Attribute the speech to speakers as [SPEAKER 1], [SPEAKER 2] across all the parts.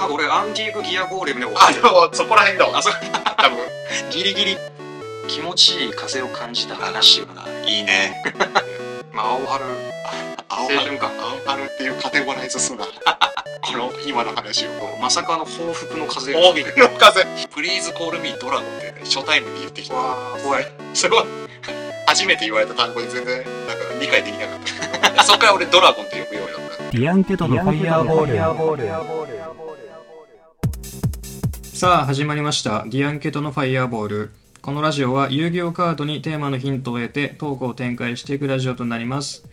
[SPEAKER 1] あ、俺、アンティークギアゴーレムで終わ
[SPEAKER 2] あ、
[SPEAKER 1] っ
[SPEAKER 2] で
[SPEAKER 1] てる。
[SPEAKER 2] も、そこら辺だわ。
[SPEAKER 1] あ、そう。
[SPEAKER 2] 多分。
[SPEAKER 1] ギリギリ。気持ちいい風を感じた話は、
[SPEAKER 2] いいね。
[SPEAKER 1] まあ、青春、
[SPEAKER 2] 青
[SPEAKER 1] 青
[SPEAKER 2] 春。
[SPEAKER 1] 春か。
[SPEAKER 2] 青春っていうカテゴライズすな。この、今の話を。
[SPEAKER 1] まさかの報復の風
[SPEAKER 2] 大
[SPEAKER 1] 吹い
[SPEAKER 2] 海
[SPEAKER 1] てくる
[SPEAKER 2] の風。プリーズコールミードラゴンってね、初タイムに言ってきた。
[SPEAKER 1] わあ、怖い。
[SPEAKER 2] すごい。初めて言われた単語に全然、なんか理解できなかった。そっから俺ドラゴンって呼ぶようになった。
[SPEAKER 3] ディアンケドのファイヤーボール。
[SPEAKER 4] さあ始まりました「ディアンケトのファイヤーボール」このラジオは遊戯王カードにテーマのヒントを得てトークを展開していくラジオとなります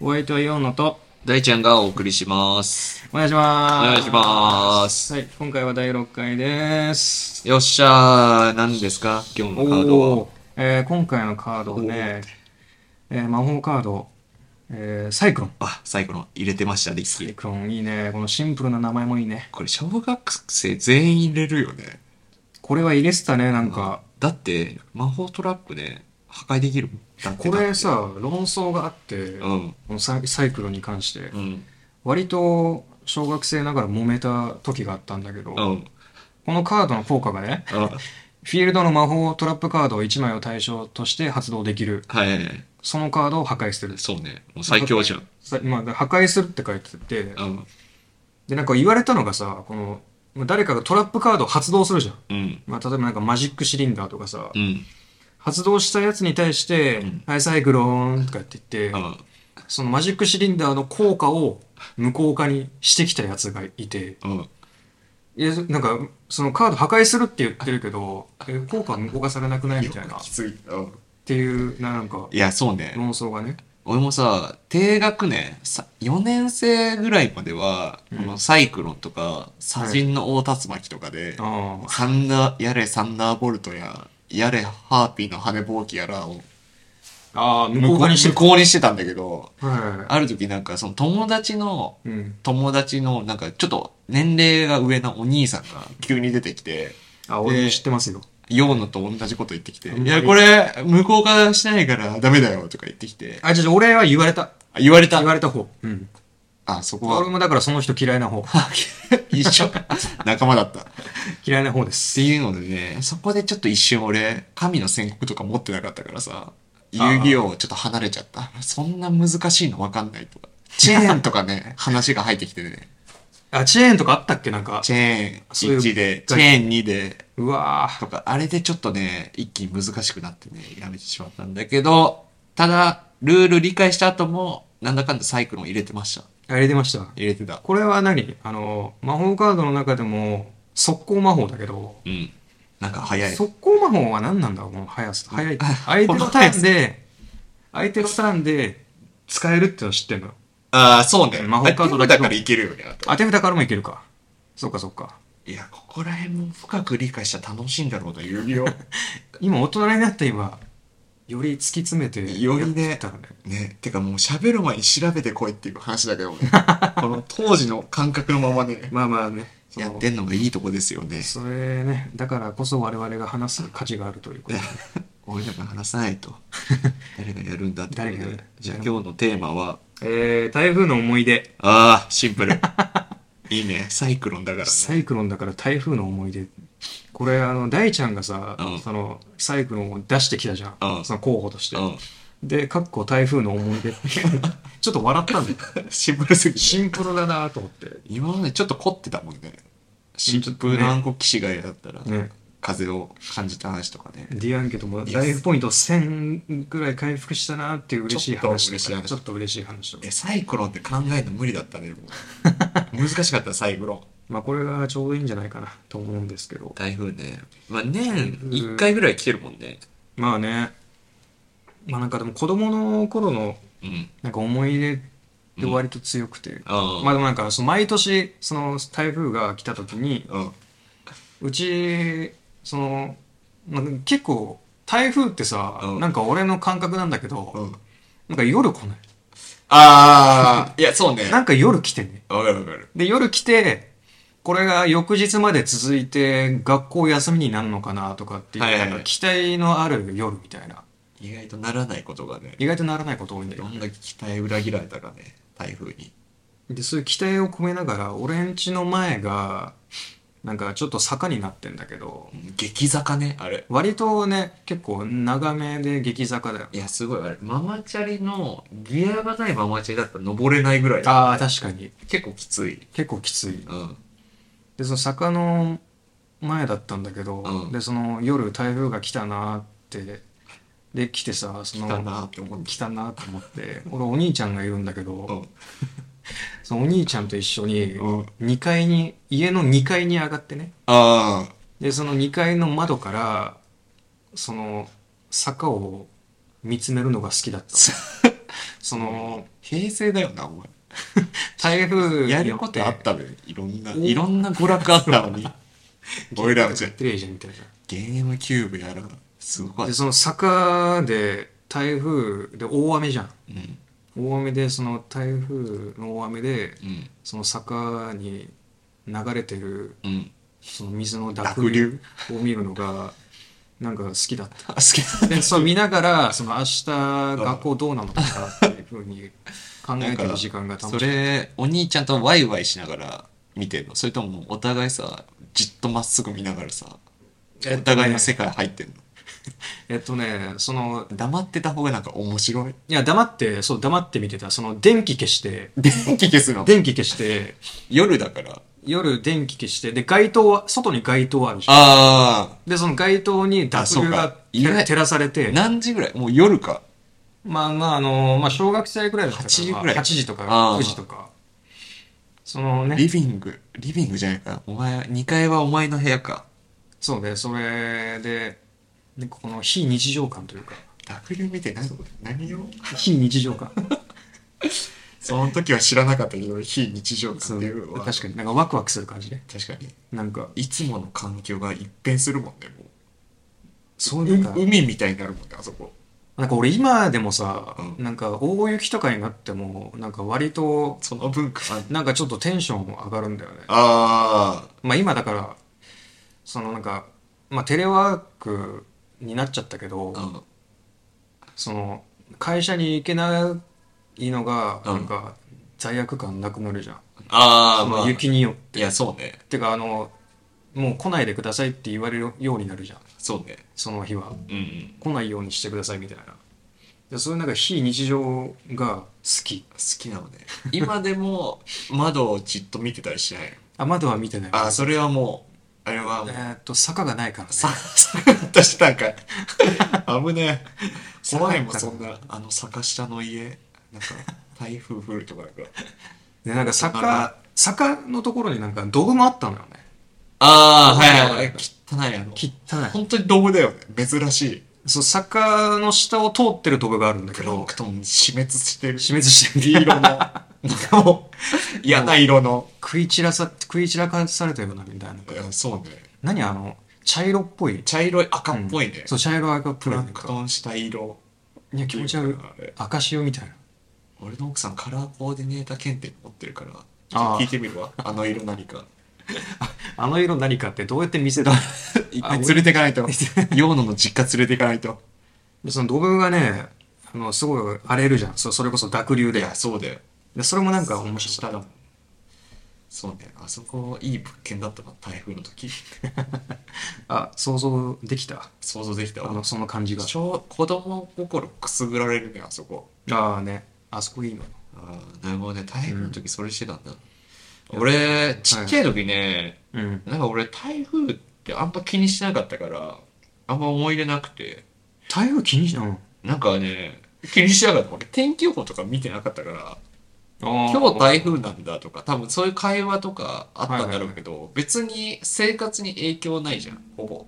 [SPEAKER 4] お相手はヨンノと
[SPEAKER 5] 大ちゃんがお送りします。
[SPEAKER 4] お願いします
[SPEAKER 5] お願いします
[SPEAKER 4] はい今回は第6回です
[SPEAKER 5] よっしゃー、何ですか今日のカードは。
[SPEAKER 4] おーえー今回のカードはね、えー魔法カード、えーサイクロン
[SPEAKER 5] あ、最後の入れてました、デ
[SPEAKER 4] サ
[SPEAKER 5] ッ
[SPEAKER 4] イ
[SPEAKER 5] キ。
[SPEAKER 4] クロンいいねこのシンプルな名前もいいね
[SPEAKER 5] これ、小学生全員入れるよね。
[SPEAKER 4] これは入れてたねなんか
[SPEAKER 5] だって、魔法トラップね、破壊できるもん。だって
[SPEAKER 4] これ、さ論争があって
[SPEAKER 5] だってうん、
[SPEAKER 4] このサイサイクロンに関して、
[SPEAKER 5] うん、
[SPEAKER 4] 割と小学生ながら揉めた時があったんだけど、
[SPEAKER 5] うん、うん。
[SPEAKER 4] このカードの効果がねフィールドの魔法トラップカードを1枚を対象として発動できる
[SPEAKER 5] はい、
[SPEAKER 4] そのカードを破壊する
[SPEAKER 5] そうね。もう最強じゃん。
[SPEAKER 4] さまあ破壊するって書いてて
[SPEAKER 5] うん、
[SPEAKER 4] でなんか言われたのがさこのまあ誰かがトラップカードを発動するじゃん、
[SPEAKER 5] うん、
[SPEAKER 4] まあ、例えばなんかマジックシリンダーとかさ、
[SPEAKER 5] うん、
[SPEAKER 4] 発動したやつに対して「
[SPEAKER 5] うん
[SPEAKER 4] はいサイクローン」とかって言って、
[SPEAKER 5] うん、
[SPEAKER 4] そのマジックシリンダーの効果を無効化にしてきたやつがいて、
[SPEAKER 5] うん。
[SPEAKER 4] いや、なんか、そのカード破壊するって言ってるけど、え効果は無効化されなくないみたいな。っ
[SPEAKER 5] きつい。うん。
[SPEAKER 4] ていう、なんか、
[SPEAKER 5] いや、そうね。
[SPEAKER 4] 論争がね。
[SPEAKER 5] 俺もさ、低学年、さ4年生ぐらいまでは、
[SPEAKER 4] うん
[SPEAKER 5] このサイクロンとか、砂人の大竜巻とかで、
[SPEAKER 4] ああ。
[SPEAKER 5] サンダー、やれサンダーボルトや、やれハーピーの羽ぼうきやらを
[SPEAKER 4] ああ、無効
[SPEAKER 5] 向こ
[SPEAKER 4] 化
[SPEAKER 5] う
[SPEAKER 4] に
[SPEAKER 5] に
[SPEAKER 4] してる。
[SPEAKER 5] してたんだけど、
[SPEAKER 4] は
[SPEAKER 5] ある時なんかその友達の、
[SPEAKER 4] い。うん。
[SPEAKER 5] 友達のなんかちょっと年齢が上のお兄さんが急に出てきて、
[SPEAKER 4] あ、俺も知ってますよ。
[SPEAKER 5] ヨーノと同じこと言ってきて、
[SPEAKER 4] うん
[SPEAKER 5] いや、これ、無効化しないからダメだよとか言ってきて、
[SPEAKER 4] あ、じゃ俺は言われた。
[SPEAKER 5] あ言われた
[SPEAKER 4] 言。われた方。うん。
[SPEAKER 5] あ、そこ は
[SPEAKER 4] 俺もだからその人嫌いな方。
[SPEAKER 5] 一緒仲間だった。っ
[SPEAKER 4] 嫌いな方です。
[SPEAKER 5] ていうのでね、そこでちょっと一瞬俺、神の宣告とか持ってなかったからさ、遊戯王をちょっと離れちゃった。そんな難しいのわかんないとか。チェーンとかね、 話が入ってきてね。
[SPEAKER 4] あ、チェーンとかあったっけなんか
[SPEAKER 5] チ。ェ
[SPEAKER 4] そうい
[SPEAKER 5] ー
[SPEAKER 4] う
[SPEAKER 5] ン1で、チ
[SPEAKER 4] 概
[SPEAKER 5] ェ
[SPEAKER 4] 念
[SPEAKER 5] ーン2で、
[SPEAKER 4] うわ
[SPEAKER 5] とか、あれでちょっとね、一気に難しくなってね、やめてしまったんだけど、ただ、ルール理解した後も、なんだかんだサイクロン入れてました。
[SPEAKER 4] あ、入れてました。
[SPEAKER 5] 入れてた。
[SPEAKER 4] これは何あの、魔法カードの中でも、速攻魔法だけど、
[SPEAKER 5] うん。なんか早い。
[SPEAKER 4] 速攻魔法は何なんだこの速さ。速い。相手のターンで、相手のターンで使えるっての知ってんの
[SPEAKER 5] ああ、そうね。
[SPEAKER 4] 魔法カードだけど
[SPEAKER 5] だからいけるよね、あと
[SPEAKER 4] 当て札からもいけるか。そっかそっか。
[SPEAKER 5] いや、ここら辺も深く理解したら楽しいんだろうな、遊戯王。
[SPEAKER 4] 今大人になった今、より突き詰めて
[SPEAKER 5] よりね
[SPEAKER 4] やったらね。
[SPEAKER 5] ね、てかもう喋る前に調べてこいっていう話だけど ね。この当時の感覚のまま ね。
[SPEAKER 4] まあまあね。その
[SPEAKER 5] やってんのがいいとこですよね。
[SPEAKER 4] それね、だからこそ我々が話す価値があるということで。
[SPEAKER 5] 俺らが話さない と。誰がやるんだってこと
[SPEAKER 4] 誰
[SPEAKER 5] で
[SPEAKER 4] がやる
[SPEAKER 5] じゃあ今日のテーマは、
[SPEAKER 4] えー、台風の思い出。
[SPEAKER 5] ああ、シンプル。いいね。サイクロンだから
[SPEAKER 4] サ
[SPEAKER 5] ね。
[SPEAKER 4] イクロンだから台風の思い出。これあの、大ちゃんがさ、
[SPEAKER 5] うん
[SPEAKER 4] その、サイクロンを出してきたじゃん。
[SPEAKER 5] うん
[SPEAKER 4] その候補として。
[SPEAKER 5] う
[SPEAKER 4] で、かっこ台風の思い出って ちょっと笑ったんだよ。
[SPEAKER 5] ん。シンプルすぎて。
[SPEAKER 4] シンプルだなと思って。
[SPEAKER 5] 今までちょっと凝ってたもんね。シンプルな暗黒騎士がやだったら、
[SPEAKER 4] ね。
[SPEAKER 5] 風を感じた話とかね。
[SPEAKER 4] ディアンケともライフポイント1000ぐらい回復したなっていう嬉しい話とかね
[SPEAKER 5] ち
[SPEAKER 4] ち
[SPEAKER 5] ょ
[SPEAKER 4] ょっと嬉しい話とか
[SPEAKER 5] え、。サイクロンって考えるの無理だったね、も う難しかった、サイクロン。
[SPEAKER 4] まあこれがちょうどいいんじゃないかなと思うんですけど。
[SPEAKER 5] 台風ね。まあ、年
[SPEAKER 4] 風
[SPEAKER 5] 1回ぐらい来てるもんね。
[SPEAKER 4] まあね。まあなんかでも子供の頃の
[SPEAKER 5] うん。
[SPEAKER 4] なんか思い出って割と強くて。
[SPEAKER 5] あ
[SPEAKER 4] まあでもなんかその毎年その台風が来た時に、
[SPEAKER 5] うん。
[SPEAKER 4] うちそのなんか結構台風ってさ、
[SPEAKER 5] うん
[SPEAKER 4] なんか俺の感覚なんだけど、
[SPEAKER 5] うん。
[SPEAKER 4] なんか夜来ない
[SPEAKER 5] ああ、いや、そうね。
[SPEAKER 4] なんか夜来てね
[SPEAKER 5] わかるわかる。
[SPEAKER 4] で夜来てこれが翌日まで続いて学校休みになるのかなとかっていう、
[SPEAKER 5] はいはいはい
[SPEAKER 4] なんか期待のある夜みたいな
[SPEAKER 5] 意外とならないことがね。
[SPEAKER 4] 意外とならないこと多いんだ
[SPEAKER 5] い
[SPEAKER 4] よ
[SPEAKER 5] ろんな期待裏切られたかね、台風に。
[SPEAKER 4] でそういう期待を込めながら俺んちの前がなんかちょっと坂になってんだけど
[SPEAKER 6] うん激坂ね、あれ。
[SPEAKER 4] 割とね結構長めで激坂だよ
[SPEAKER 6] いや、すごい、あれ。ママチャリの、ギアがないママチャリだったら登れないぐらい。
[SPEAKER 4] ああ確かに
[SPEAKER 6] 結構きつい。
[SPEAKER 4] 結構きつい
[SPEAKER 6] うん。
[SPEAKER 4] でその坂の前だったんだけど、
[SPEAKER 6] うん
[SPEAKER 4] でその夜台風が来たなってで来てさその
[SPEAKER 6] だなって思うんだ
[SPEAKER 4] 来たなと思って俺お兄ちゃんがいるんだけど、
[SPEAKER 6] うん
[SPEAKER 4] そのお兄ちゃんと一緒に
[SPEAKER 6] うん
[SPEAKER 4] 2階に家の2階に上がってね
[SPEAKER 6] ああ、
[SPEAKER 4] でその2階の窓からその坂を見つめるのが好きだ った
[SPEAKER 6] そ
[SPEAKER 4] その
[SPEAKER 6] 平成だよな、お前。
[SPEAKER 4] 台風によ
[SPEAKER 6] や
[SPEAKER 4] って
[SPEAKER 6] ることあったべ。いろんな、
[SPEAKER 4] お
[SPEAKER 6] いろんな娯楽あったの に。俺らもじゃ
[SPEAKER 4] やっ、てるじゃんみたいな
[SPEAKER 6] ゲームキューブやら、すごかっ
[SPEAKER 4] で
[SPEAKER 6] た。
[SPEAKER 4] その坂で台風で大雨じゃん
[SPEAKER 6] うん。
[SPEAKER 4] 大雨でその台風の大雨で
[SPEAKER 6] うん。
[SPEAKER 4] その坂に流れてる
[SPEAKER 6] うん。
[SPEAKER 4] その水の濁
[SPEAKER 6] 濁
[SPEAKER 4] 流
[SPEAKER 6] 流
[SPEAKER 4] を見るのがなんか好きだっ
[SPEAKER 6] あ、好き
[SPEAKER 4] たでそう見ながらその明日学校どうなのかなっていうふうに考えてる時間が楽し
[SPEAKER 6] そ
[SPEAKER 4] い
[SPEAKER 6] れ、お兄ちゃんとワイワイしながら見てるのそれともお互いさ、じっとまっすぐ見ながらさ、お互いの世界入ってんの
[SPEAKER 4] えっとねその
[SPEAKER 6] 黙ってた方がなんか面白い。
[SPEAKER 4] いや黙ってそう黙って見てたその電気消して
[SPEAKER 6] 電気消すの。
[SPEAKER 4] 電気消して
[SPEAKER 6] 夜だから。
[SPEAKER 4] 夜電気消してで街灯は外に街灯あるじゃん
[SPEAKER 6] あ
[SPEAKER 4] でその街灯に
[SPEAKER 6] あそ
[SPEAKER 4] 濁
[SPEAKER 6] う
[SPEAKER 4] 流
[SPEAKER 6] か
[SPEAKER 4] が
[SPEAKER 6] 意外
[SPEAKER 4] 照らされ
[SPEAKER 6] あ。
[SPEAKER 4] て
[SPEAKER 6] 何時ぐらいもう夜か。
[SPEAKER 4] まあまああの、まあ小学生ぐらいだったから、
[SPEAKER 6] 8時ぐらい
[SPEAKER 4] まあ8時とか
[SPEAKER 6] あー
[SPEAKER 4] 9時とか。そのね、
[SPEAKER 6] リビング。リビングじゃないか。お前、2階はお前の部屋か。
[SPEAKER 4] そうね、それで、ね、この非日常感という か、
[SPEAKER 6] 濁流見て何何を
[SPEAKER 4] 非日常感。
[SPEAKER 6] その時は知らなかったけど、非日常感っていうのは。
[SPEAKER 4] 確かに、なんかワクワクする感じね。
[SPEAKER 6] 確かに。
[SPEAKER 4] なんか、
[SPEAKER 6] いつもの環境が一変するもんね、もう。
[SPEAKER 4] そういうか、
[SPEAKER 6] 海みたいになるもんね、あそこ。
[SPEAKER 4] なんか俺今でもさ、
[SPEAKER 6] うん
[SPEAKER 4] なんか大雪とかになっても、なんか割と、
[SPEAKER 6] その文化あん
[SPEAKER 4] なんかちょっとテンション上がるんだよね。
[SPEAKER 6] あ
[SPEAKER 4] まあ今だから、そのなんか、まあテレワークになっちゃったけど、
[SPEAKER 6] ーうん
[SPEAKER 4] その会社に行けないのが
[SPEAKER 6] うん
[SPEAKER 4] なんか罪悪感なくなるじゃん、
[SPEAKER 6] あ
[SPEAKER 4] そ
[SPEAKER 6] ー、
[SPEAKER 4] の
[SPEAKER 6] まあ、
[SPEAKER 4] 雪によっ
[SPEAKER 6] いや、そうね。
[SPEAKER 4] てかあのもう来ないでくださいって言われるようになるじゃん
[SPEAKER 6] そうね。
[SPEAKER 4] その日は
[SPEAKER 6] うんうん。
[SPEAKER 4] 来ないようにしてくださいみたいなでそういうなんか非日常が好き
[SPEAKER 6] 好きなのね。今でも窓をじっと見てたりしないの。
[SPEAKER 4] あ窓は見てない
[SPEAKER 6] あー、それはもう、あれは
[SPEAKER 4] え
[SPEAKER 6] もう、
[SPEAKER 4] ーっと坂がないから、ね、
[SPEAKER 6] さ、さ、出したんかい。危ねえ。怖いもん、
[SPEAKER 4] 坂
[SPEAKER 6] そ
[SPEAKER 4] だ
[SPEAKER 6] ん
[SPEAKER 4] から
[SPEAKER 6] な。あの坂下の家、なんか、台風降るとかだから。
[SPEAKER 4] でなんか坂
[SPEAKER 6] あ
[SPEAKER 4] 坂のところになんか道具もあったのよね
[SPEAKER 6] あ
[SPEAKER 4] ーはいはい
[SPEAKER 6] 汚い、あの。
[SPEAKER 4] 汚い
[SPEAKER 6] 本当に道具だよね。珍しい。
[SPEAKER 4] そう坂の下を通ってる道具があるんだけ
[SPEAKER 6] プラン
[SPEAKER 4] ど
[SPEAKER 6] クトン死滅してる。
[SPEAKER 4] 死滅してる
[SPEAKER 6] 黄色の。なんかもう、嫌な色の。
[SPEAKER 4] 食い散らさ食い散らかされたようなみたいない
[SPEAKER 6] やそうね。
[SPEAKER 4] 何あの茶色っぽい
[SPEAKER 6] 茶色い赤っぽいね。
[SPEAKER 4] そう茶色赤っぽ
[SPEAKER 6] プ
[SPEAKER 4] いな
[SPEAKER 6] ラ
[SPEAKER 4] ん
[SPEAKER 6] ンク
[SPEAKER 4] か
[SPEAKER 6] トンした色。
[SPEAKER 4] いや気持ち悪い
[SPEAKER 6] あれ
[SPEAKER 4] 赤潮みたいな
[SPEAKER 6] 俺の奥さんカラーコーディネーター検定持ってるから、ちょ
[SPEAKER 4] あー
[SPEAKER 6] っと聞いてみるわ。あの色何か。
[SPEAKER 4] あの色何かってどうやって見せた
[SPEAKER 6] 一回連れてかないと。洋野の実家連れてかないと。
[SPEAKER 4] で その土偶がねあのすごい荒れるじゃんそそれこそ濁流
[SPEAKER 6] い
[SPEAKER 4] で
[SPEAKER 6] や、そうだよ。
[SPEAKER 4] でそれもなんか面白
[SPEAKER 6] 下
[SPEAKER 4] かっ
[SPEAKER 6] だもん。そうね。あそこ、いい物件だったな、台風の時。
[SPEAKER 4] たあ想像できた
[SPEAKER 6] 想像できた
[SPEAKER 4] あ
[SPEAKER 6] わ
[SPEAKER 4] の。その感じが
[SPEAKER 6] 小子供心くすぐられるね、あそこ。
[SPEAKER 4] ああねあそこいいの
[SPEAKER 6] ああ、なるほどね。台風の時それしてたんだ。俺、ちっちゃい時ね、
[SPEAKER 4] うん
[SPEAKER 6] なんか俺台風ってあんま気にしてなかったから、あんま思い出なくて、
[SPEAKER 4] 台風気にしなの
[SPEAKER 6] なんかね、気にしてなかった。俺天気予報とか見てなかったから、今
[SPEAKER 4] 今
[SPEAKER 6] 日台風なんだとか、多分そういう会話とかあったんだろうけど、別に生活に影響ないじゃん、ほぼ。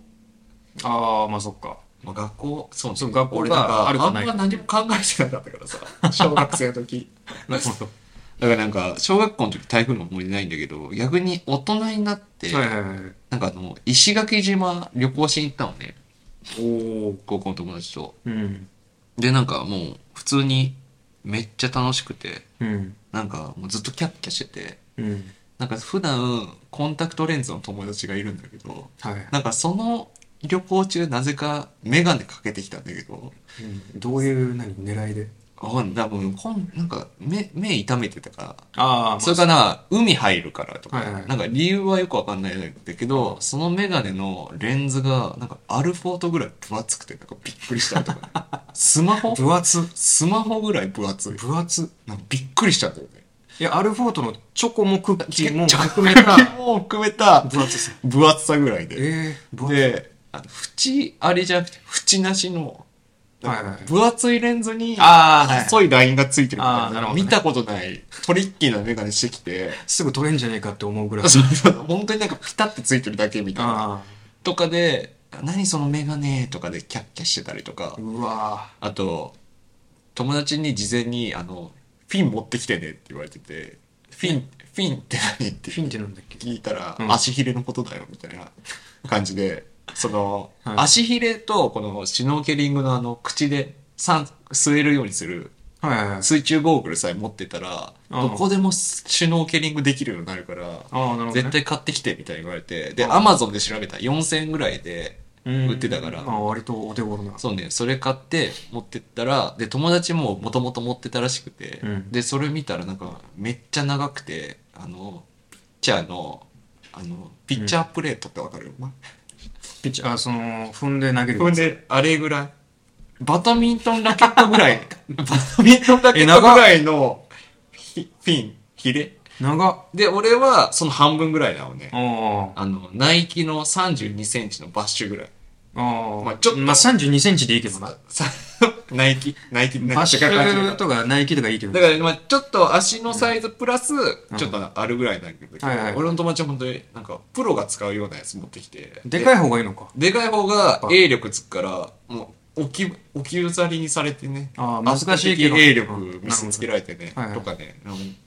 [SPEAKER 4] ああまあそっ か
[SPEAKER 6] まあ、学校、そうね
[SPEAKER 4] そう学校
[SPEAKER 6] 俺なん
[SPEAKER 4] がある
[SPEAKER 6] か、
[SPEAKER 4] か
[SPEAKER 6] あん
[SPEAKER 4] ない
[SPEAKER 6] ま何も考えてなかったから さ、小学生の時。
[SPEAKER 4] なるほど
[SPEAKER 6] だからなんか、小学校の時台風の思い出ないんだけど、逆に大人になって、
[SPEAKER 4] はいはいはい
[SPEAKER 6] なんかあの、石垣島旅行しに行ったのね、
[SPEAKER 4] おお
[SPEAKER 6] 高校の友達と。
[SPEAKER 4] うん
[SPEAKER 6] で、なんかもう、普通にめっちゃ楽しくて、
[SPEAKER 4] うん
[SPEAKER 6] なんかもうずっとキャッキャしてて、
[SPEAKER 4] うん
[SPEAKER 6] なんか普段、コンタクトレンズの友達がいるんだけど、
[SPEAKER 4] はい
[SPEAKER 6] なんかその旅行中、なぜかメガネかけてきたんだけど、
[SPEAKER 4] うんどういう何狙いで
[SPEAKER 6] わかんない。多分、こんなんか目、目痛めてたから、
[SPEAKER 4] ああ、
[SPEAKER 6] それかな、海入るからとか、
[SPEAKER 4] はいはい
[SPEAKER 6] なんか理由はよくわかんないんだけど、そのメガネのレンズが、なんかアルフォートぐらい分厚くて、なんかびっくりした とか、スマホ
[SPEAKER 4] 分厚。
[SPEAKER 6] スマホぐらい分厚い。
[SPEAKER 4] 分厚。
[SPEAKER 6] なんかびっくりしたんだよね。
[SPEAKER 4] いや、アルフォートのチョコもクッキーも
[SPEAKER 6] ちょ
[SPEAKER 4] 含めた
[SPEAKER 6] もう含めた
[SPEAKER 4] 分厚さ。
[SPEAKER 6] 分厚さぐらいで。
[SPEAKER 4] ええ分厚い。
[SPEAKER 6] で、あの縁ありじゃなくて、縁なしの、
[SPEAKER 4] はいはい
[SPEAKER 6] 分厚いレンズに、
[SPEAKER 4] ああ、はい
[SPEAKER 6] 細いラインがついてる
[SPEAKER 4] あ
[SPEAKER 6] か
[SPEAKER 4] ーな
[SPEAKER 6] ら、
[SPEAKER 4] るほどね
[SPEAKER 6] 見たことないトリッキーなメガネして きて、
[SPEAKER 4] すぐ取れんじゃねえかって思うぐらい。
[SPEAKER 6] そうそう本当になんかピタってついてるだけみたいな。
[SPEAKER 4] あ
[SPEAKER 6] とかで、何そのメガネとかでキャッキャしてたりとか
[SPEAKER 4] あ、、うわ
[SPEAKER 6] あと、友達に事前に、あの、フィン持ってきてねって言われてて、フィン、フィンって何って
[SPEAKER 4] ーフィンってなんだっけ
[SPEAKER 6] 聞いたら、
[SPEAKER 4] うん
[SPEAKER 6] 足ひれのことだよみたいな感じで、その、
[SPEAKER 4] はい
[SPEAKER 6] 足ひれとこのシュノーケリングのあの口でさん吸えるようにする
[SPEAKER 4] はいはいはい。
[SPEAKER 6] 水中ゴーグルさえ持ってたら、
[SPEAKER 4] うん
[SPEAKER 6] どこでもシュノーケリングできるようになるから、
[SPEAKER 4] ああ、なるほど、ね。
[SPEAKER 6] 絶対買ってきてみたいに言われて、で、
[SPEAKER 4] うん
[SPEAKER 6] アマゾンで調べたら4000円ぐらいで、
[SPEAKER 4] うん
[SPEAKER 6] 売ってたから
[SPEAKER 4] まあ割とお手頃な。
[SPEAKER 6] そうね、それ買って持ってったら、で、友達ももともと持ってたらしくて、
[SPEAKER 4] うん
[SPEAKER 6] で、それ見たらなんか、めっちゃ長くて、あの、ピッチャーの、あの、ピッチャープレートってわかる、ま
[SPEAKER 4] ピッチ、あ、その、踏んで投げる。
[SPEAKER 6] ほんで、あれぐらい。バドミントンラケット ぐらい。バドミントンラケットぐらいの、ひフィン、ヒレ。
[SPEAKER 4] 長っ。
[SPEAKER 6] で、俺はその半分ぐらいなのね。
[SPEAKER 4] ああ。
[SPEAKER 6] あの、ナイキの32センチのバッシュぐらい。
[SPEAKER 4] ああ。
[SPEAKER 6] まあちょっと
[SPEAKER 4] まあ32センチでいいけどな。
[SPEAKER 6] さ ナイキ、ナイキ、ナイキ
[SPEAKER 4] バッシ
[SPEAKER 6] だから
[SPEAKER 4] ュとかナイキとかいいけど
[SPEAKER 6] だ。から、まあちょっと足のサイズプラス、
[SPEAKER 4] ん
[SPEAKER 6] ちょっとあるぐらいなんだけど、
[SPEAKER 4] はいはい
[SPEAKER 6] 俺の友達は本当になんか、プロが使うようなやつ持ってきて。
[SPEAKER 4] でかい方がいいのか。
[SPEAKER 6] でかい方が営力つくから、もう置き、置き去りにされてね。
[SPEAKER 4] ああ難しいけど
[SPEAKER 6] 圧倒的営力見せつけられてね。
[SPEAKER 4] うんなる
[SPEAKER 6] と
[SPEAKER 4] ほど
[SPEAKER 6] かね、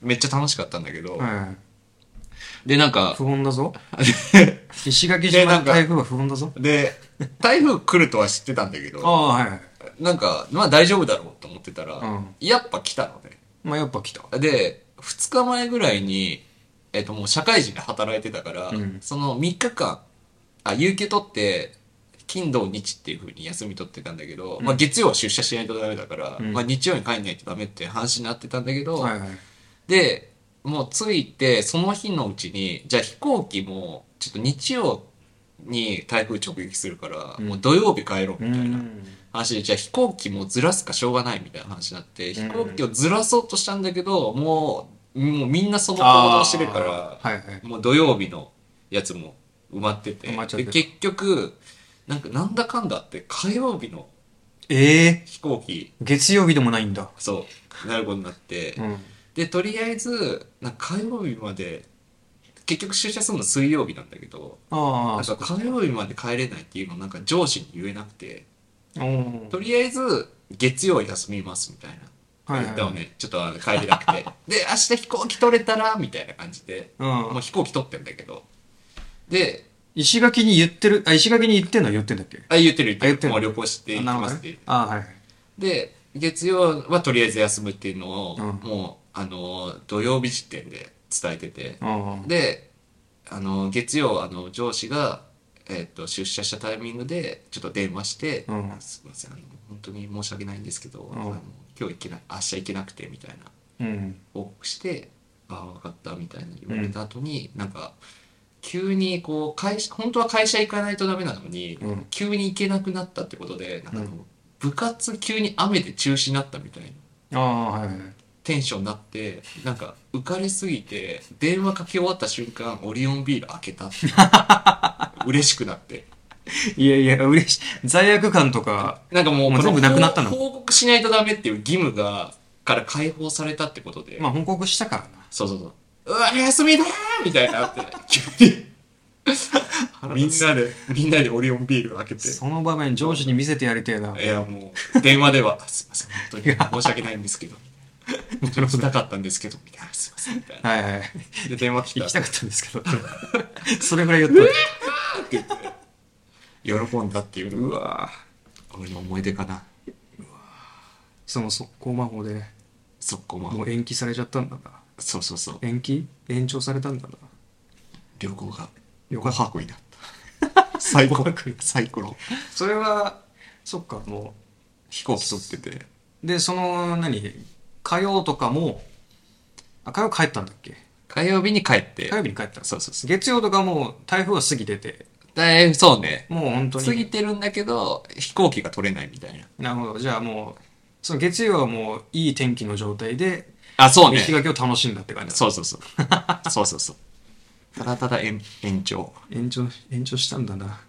[SPEAKER 6] めっちゃ楽しかったんだけど。
[SPEAKER 4] は
[SPEAKER 6] で、なん
[SPEAKER 4] い。
[SPEAKER 6] か、
[SPEAKER 4] 不穏だぞ。石垣島
[SPEAKER 6] でな
[SPEAKER 4] の
[SPEAKER 6] んか
[SPEAKER 4] 台風は不穏だぞ。
[SPEAKER 6] で、台風来るとは知ってたんだけ
[SPEAKER 4] あ
[SPEAKER 6] ど、
[SPEAKER 4] あ、はいはい。
[SPEAKER 6] なんか、まあ大丈夫だろうと思ってたら、
[SPEAKER 4] うん
[SPEAKER 6] やっぱ来たのね。
[SPEAKER 4] まあやっぱ来た。
[SPEAKER 6] で、2日前ぐらいに、えっともう社会人で働いてたから、
[SPEAKER 4] うん
[SPEAKER 6] その3日間、あ、有給取って、金土日っていう風に休み取ってたんだけど、
[SPEAKER 4] うん
[SPEAKER 6] まあ月曜は出社しないとダメだから、
[SPEAKER 4] うん
[SPEAKER 6] まあ日曜に帰んないとダメって話になってたんだけど、
[SPEAKER 4] はいはい。
[SPEAKER 6] で、もう着いて、その日のうちに、じゃあ飛行機も、ちょっと日曜に台風直撃するから、
[SPEAKER 4] うん
[SPEAKER 6] もう土曜日帰ろう
[SPEAKER 4] う
[SPEAKER 6] みたいな。
[SPEAKER 4] ん。
[SPEAKER 6] 話で、じゃあ飛行機もずらすかしょうがないみたいな話になって、
[SPEAKER 4] うん
[SPEAKER 6] 飛行機をずらそうとしたんだけど、もう、もうみんなその行動してるか
[SPEAKER 4] は
[SPEAKER 6] ら、
[SPEAKER 4] いはい。
[SPEAKER 6] もう土曜日のやつも埋まってて、
[SPEAKER 4] 埋まっちゃってる
[SPEAKER 6] で結局、なんかなんだかんだあって火曜日の
[SPEAKER 4] ええ
[SPEAKER 6] 飛行機、
[SPEAKER 4] 月曜日でもないんだ。
[SPEAKER 6] そう、なることになって、
[SPEAKER 4] うん。
[SPEAKER 6] で、とりあえず、なんか火曜日まで、結局出社するの水曜日なんだけど、
[SPEAKER 4] あ
[SPEAKER 6] な
[SPEAKER 4] あ、
[SPEAKER 6] んか火曜日まで帰れないっていうのをなんか上司に言えなくて、
[SPEAKER 4] おお。
[SPEAKER 6] とりあえず月曜休みますみたいな。
[SPEAKER 4] はい
[SPEAKER 6] 言
[SPEAKER 4] は
[SPEAKER 6] っ
[SPEAKER 4] い
[SPEAKER 6] たの。ね、ちょっとあの帰れなく て。で、明日飛行機取れたら、みたいな感じで、
[SPEAKER 4] う。
[SPEAKER 6] もうん飛行機取ってんだけど。で、
[SPEAKER 4] 石垣に言ってる、あ、石垣に言ってんのは言ってんだっけ
[SPEAKER 6] あ、言ってる言って
[SPEAKER 4] あ
[SPEAKER 6] る。
[SPEAKER 4] 言ってる
[SPEAKER 6] もう旅行して行き
[SPEAKER 4] なるほ
[SPEAKER 6] ま
[SPEAKER 4] ど
[SPEAKER 6] すっ
[SPEAKER 4] ね
[SPEAKER 6] て。
[SPEAKER 4] あはいはい。
[SPEAKER 6] で、月曜はとりあえず休むっていうのを、
[SPEAKER 4] うん
[SPEAKER 6] もう、あの、土曜日時点で伝えてて。
[SPEAKER 4] ああ。
[SPEAKER 6] で、あの、月曜、あの、上司が、えっと、出社したタイミングで、ちょっと電話して、
[SPEAKER 4] うん
[SPEAKER 6] あすいません、あの、本当に申し訳ないんですけど、
[SPEAKER 4] ん
[SPEAKER 6] あの今日行けない、明日行けなくて、みたいな。
[SPEAKER 4] うん。
[SPEAKER 6] 報告して「ああ分かった」みたいな言われた後に、なんか急にこう会社本当は会社行かないとダメなのに、
[SPEAKER 4] うん
[SPEAKER 6] 急に行けなくなったってことでなんかあの、
[SPEAKER 4] うん
[SPEAKER 6] 部活急に雨で中止になったみたいな
[SPEAKER 4] ああ、はいはい。
[SPEAKER 6] テンションになってなんか浮かれすぎて電話かけ終わった瞬間オリオンビール開けた っていう嬉しくなって
[SPEAKER 4] いやいや、嬉しい。罪悪感とか、
[SPEAKER 6] なんかもう
[SPEAKER 4] もう
[SPEAKER 6] この
[SPEAKER 4] 全部なくなったの
[SPEAKER 6] 報報告しないとダメっていう義務がから解放されたってことで、
[SPEAKER 4] まあ、報告したからな。
[SPEAKER 6] そうそうそう。うわ、休みだーみたいになって、 急に。みんなで、みんなでオリオンビール開けて。
[SPEAKER 4] その場面、上司に見せてやりてえな。
[SPEAKER 6] いや、もう、電話では、 すいません、本当に申し訳ないんですけど、
[SPEAKER 4] なる
[SPEAKER 6] 行
[SPEAKER 4] ほ
[SPEAKER 6] き
[SPEAKER 4] ど。
[SPEAKER 6] たかったんですけど、みたいな、すいません、み たいな。
[SPEAKER 4] はいはい。
[SPEAKER 6] で、電話来た
[SPEAKER 4] 行きたかったんですけど。 それぐらい言った
[SPEAKER 6] って言って、喜んだっていう
[SPEAKER 4] う
[SPEAKER 6] のが、
[SPEAKER 4] わぁ。
[SPEAKER 6] 俺の思い出かな。
[SPEAKER 4] その速攻魔法で、
[SPEAKER 6] 速攻
[SPEAKER 4] も
[SPEAKER 6] も。
[SPEAKER 4] う延期されちゃったんだな。
[SPEAKER 6] そうそうそう。
[SPEAKER 4] 延期延長されたんだな。
[SPEAKER 6] 旅行が、
[SPEAKER 4] よ
[SPEAKER 6] 旅
[SPEAKER 4] か
[SPEAKER 6] 行
[SPEAKER 4] った
[SPEAKER 6] 箱になった。サイコロ、サイコロ。
[SPEAKER 4] それは、そっか、も
[SPEAKER 6] 飛行機取ってて。
[SPEAKER 4] で、その、何火曜とかも、あ、火曜帰ったんだっけ
[SPEAKER 6] 火曜日に帰って
[SPEAKER 4] 火、曜日に帰ったの
[SPEAKER 6] そうそうそ
[SPEAKER 4] 月曜とかもう台風は過ぎてて、
[SPEAKER 6] う。だいぶそうね。
[SPEAKER 4] もう本当に。
[SPEAKER 6] 過ぎてるんだけど、飛行機が取れないみたいな。
[SPEAKER 4] なるほど。じゃあもう、その月曜はもういい天気の状態で、
[SPEAKER 6] あ、そうね
[SPEAKER 4] 雪。がけを楽しんだって感じだ
[SPEAKER 6] そうそう そう。そうそうそう。ただただ延延長。
[SPEAKER 4] 延長、延長したんだな。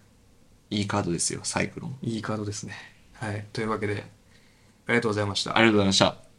[SPEAKER 6] いいカードですよ、サイクロン。
[SPEAKER 4] いいカードですね。はい。というわけで、ありがとうございました
[SPEAKER 6] あ。りがとうございました。